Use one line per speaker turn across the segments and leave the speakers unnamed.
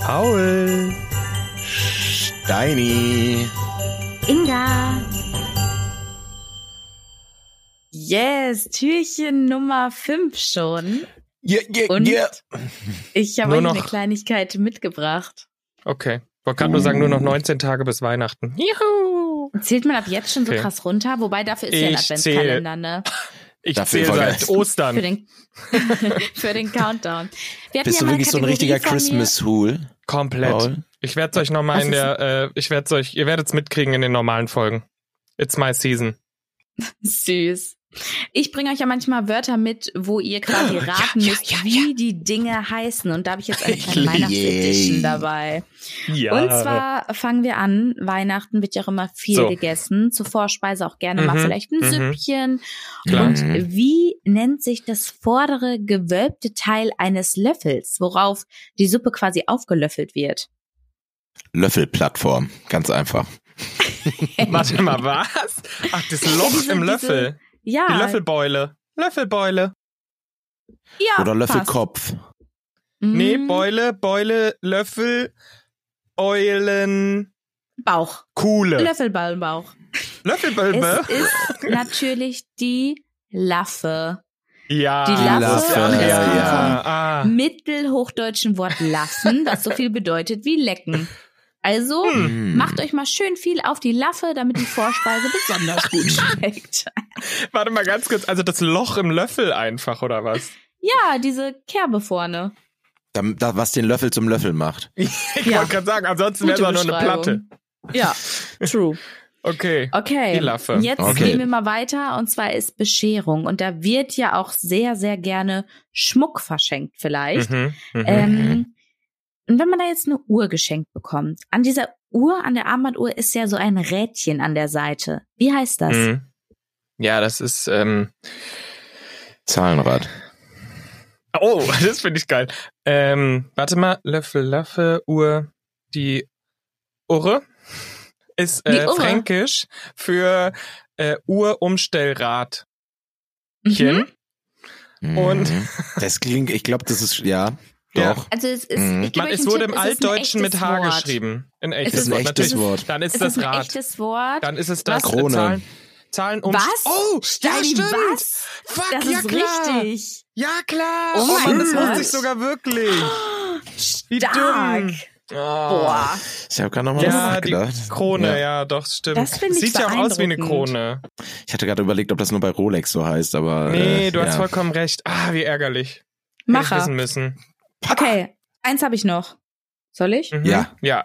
Paul,
Steini.
Inga.
Yes, Türchen Nummer 5 schon.
Yeah, yeah,
Und
yeah.
ich habe
Nur
euch eine
noch-
Kleinigkeit mitgebracht.
Okay. Wollte gerade nur sagen, nur noch 19 Tage bis Weihnachten. Juhu!
Zählt man ab jetzt schon so
Okay.
krass runter? Wobei dafür ist ja ein
Ich zähle.
Adventskalender, ne?
Ich
Dafür
zähle seit
vergessen.
Für
Ostern.
den, für den Countdown. Wir hatten
Bist
ja
du
mal
wirklich so ein
Kategorie
richtiger
von mir-
Christmas-Hool,
Komplett.
Paul?
Ich werde es euch nochmal
Was
in
ist
der, äh, ich werde es euch, ihr werdet es mitkriegen in den normalen Folgen. It's my season.
Süß. Ich bringe euch ja manchmal Wörter mit, wo ihr quasi raten
ja,
müsst,
ja,
wie die Dinge heißen. Und da habe ich jetzt eine kleine
Yay.
Weihnachtsedition dabei.
Ja. äh,
Und zwar fangen wir an. Weihnachten wird ja auch immer viel
So.
gegessen. Zur Vorspeise auch gerne mal
Mhm,
vielleicht ein
mhm.
Süppchen.
Klar. Mhm.
Und
Hm.
äh, wie nennt sich das vordere gewölbte Teil eines Löffels, worauf die Suppe quasi aufgelöffelt wird?
Löffelplattform, ganz einfach.
Warte mal, was? Ach, das Loch
diese-
im
diese-
Löffel.
Ja.
Die Löffelbeule. Löffelbeule.
ja
Oder
passt.
Löffelkopf.
Mm,
Nee, Beule, Beule, Löffel, Eulen,
Bauch.
Kuhle.
Löffelballenbauch.
Löffelbeule.
Es ist natürlich die Laffe.
Ja.
die Laffe
Laffe,
und das
ja,
kommt
ja. Ah.
Mittelhochdeutschen Wort laffen, das so viel bedeutet wie lecken. Also,
Mhm.
Hm.
Macht euch mal schön viel auf die Laffe, damit die Vorspeise besonders gut schmeckt.
Warte mal ganz kurz. Also das Loch im Löffel einfach, oder was?
Ja, diese Kerbe vorne.
Da, da, was den Löffel zum Löffel macht.
Ich
Ja.
wollte gerade sagen, ansonsten wäre
Gute
es auch nur eine Platte.
Beschreibung. Ja, true.
Okay.
Okay,
Die Laffe.
jetzt
Okay.
gehen wir mal weiter und zwar ist Bescherung und da wird ja auch sehr, sehr gerne Schmuck verschenkt vielleicht.
Mhm, mhm.
Ähm, und wenn man da jetzt eine Uhr geschenkt bekommt, an dieser Uhr, an der Armbanduhr ist ja so ein Rädchen an der Seite. Wie heißt das?
Mhm. Ja, das ist. Ähm,
Zahlenrad.
oh, das finde ich geil. Ähm, warte mal, Löffel, Löffel, Uhr, die Urre ist
Die
äh,
Urre.
fränkisch für äh, Uhrumstellradchen.
Mhm.
Mhm.
Und-
Das klingt, ich glaube, das ist, ja,
Ja.
doch.
Also es ist,
Mhm.
ich gebe
Man,
euch
es
einen
wurde
Tipp,
im
es ist ein
Altdeutschen mit
echtes
H
Wort.
geschrieben. Ein
Es
echtes
Das ist ein
Wort.
echtes
Natürlich.
Wort.
Dann ist
Es
das
ist ein
Rad.
echtes Wort.
Dann ist es
Das
das äh,
Krone.
Zahlen. Zahlen um.
Was?
Oh, ja,
Steini,
stimmt.
was?
Fuck,
das
ja
ist
klar.
richtig.
Ja klar.
Oh mein
Mann, das
Gott.
wusste ich sogar wirklich. Wie
Stark.
dumm. Oh.
Boah.
Ich habe gerade nochmal
Ja, die
nachgedacht.
Krone, ja,
Ja.
doch, stimmt.
Das finde ich
Sieht ja auch aus wie eine Krone.
beeindruckend.
Ich hatte gerade überlegt, ob das nur bei Rolex so heißt, aber.
Nee,
äh,
du hast
ja.
vollkommen recht. Ah, wie ärgerlich. Hätte ich wissen
Macher.
müssen.
Okay, eins habe ich noch. Soll ich?
Mhm.
Ja.
Ja.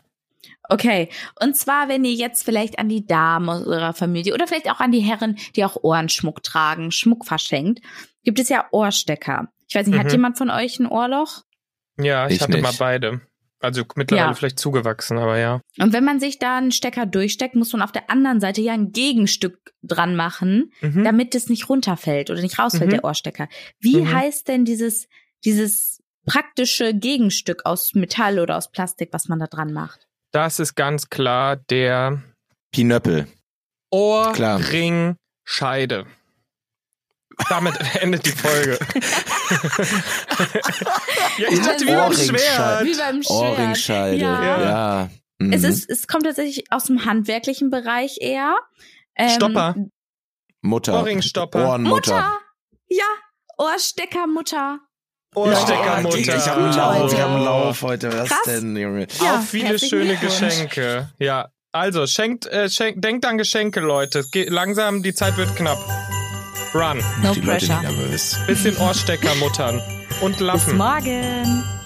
Okay. Und zwar, wenn ihr jetzt vielleicht an die Damen aus eurer Familie oder vielleicht auch an die Herren, die auch Ohrenschmuck tragen, Schmuck verschenkt, gibt es ja Ohrstecker. Ich weiß nicht,
Mhm.
hat jemand von euch ein Ohrloch?
Ja, ich,
Ich
hatte
nicht.
mal beide. Also mittlerweile
Ja.
vielleicht zugewachsen, aber ja.
Und wenn man sich da einen Stecker durchsteckt, muss man auf der anderen Seite ja ein Gegenstück dran machen,
Mhm.
damit es nicht runterfällt oder nicht rausfällt,
Mhm.
der Ohrstecker. Wie
Mhm.
heißt denn dieses, dieses praktische Gegenstück aus Metall oder aus Plastik, was man da dran macht?
Das ist ganz klar der
Pinöppel. Klar.
Ohrring Scheide. Damit endet die Folge. ja, ich dachte, wie beim
Ohrring
Schwert.
Scheide.
Wie beim Schwert.
Ohrringscheide.
Ja.
Ja. Mhm.
Es ist, es kommt tatsächlich aus dem handwerklichen Bereich eher. Ähm,
Stopper.
Mutter.
Ohrringstopper.
Ohrenmutter.
Mutter. Ja. Ohrsteckermutter.
Ohrsteckermutter.
Digga, Ich hab einen Lauf, ich hab einen Lauf heute. Was
Krass.
denn, Junge?
Ja,
auch viele
herzlichen
schöne
Glückwunsch.
Geschenke. Ja. Also, schenkt, äh, schenkt, denkt an Geschenke, Leute. Geht langsam, die Zeit wird knapp. Run.
No
die Leute
pressure.
nicht nervös.
Bisschen Ohrstecker muttern. Und
Bis
Laffen.
morgen.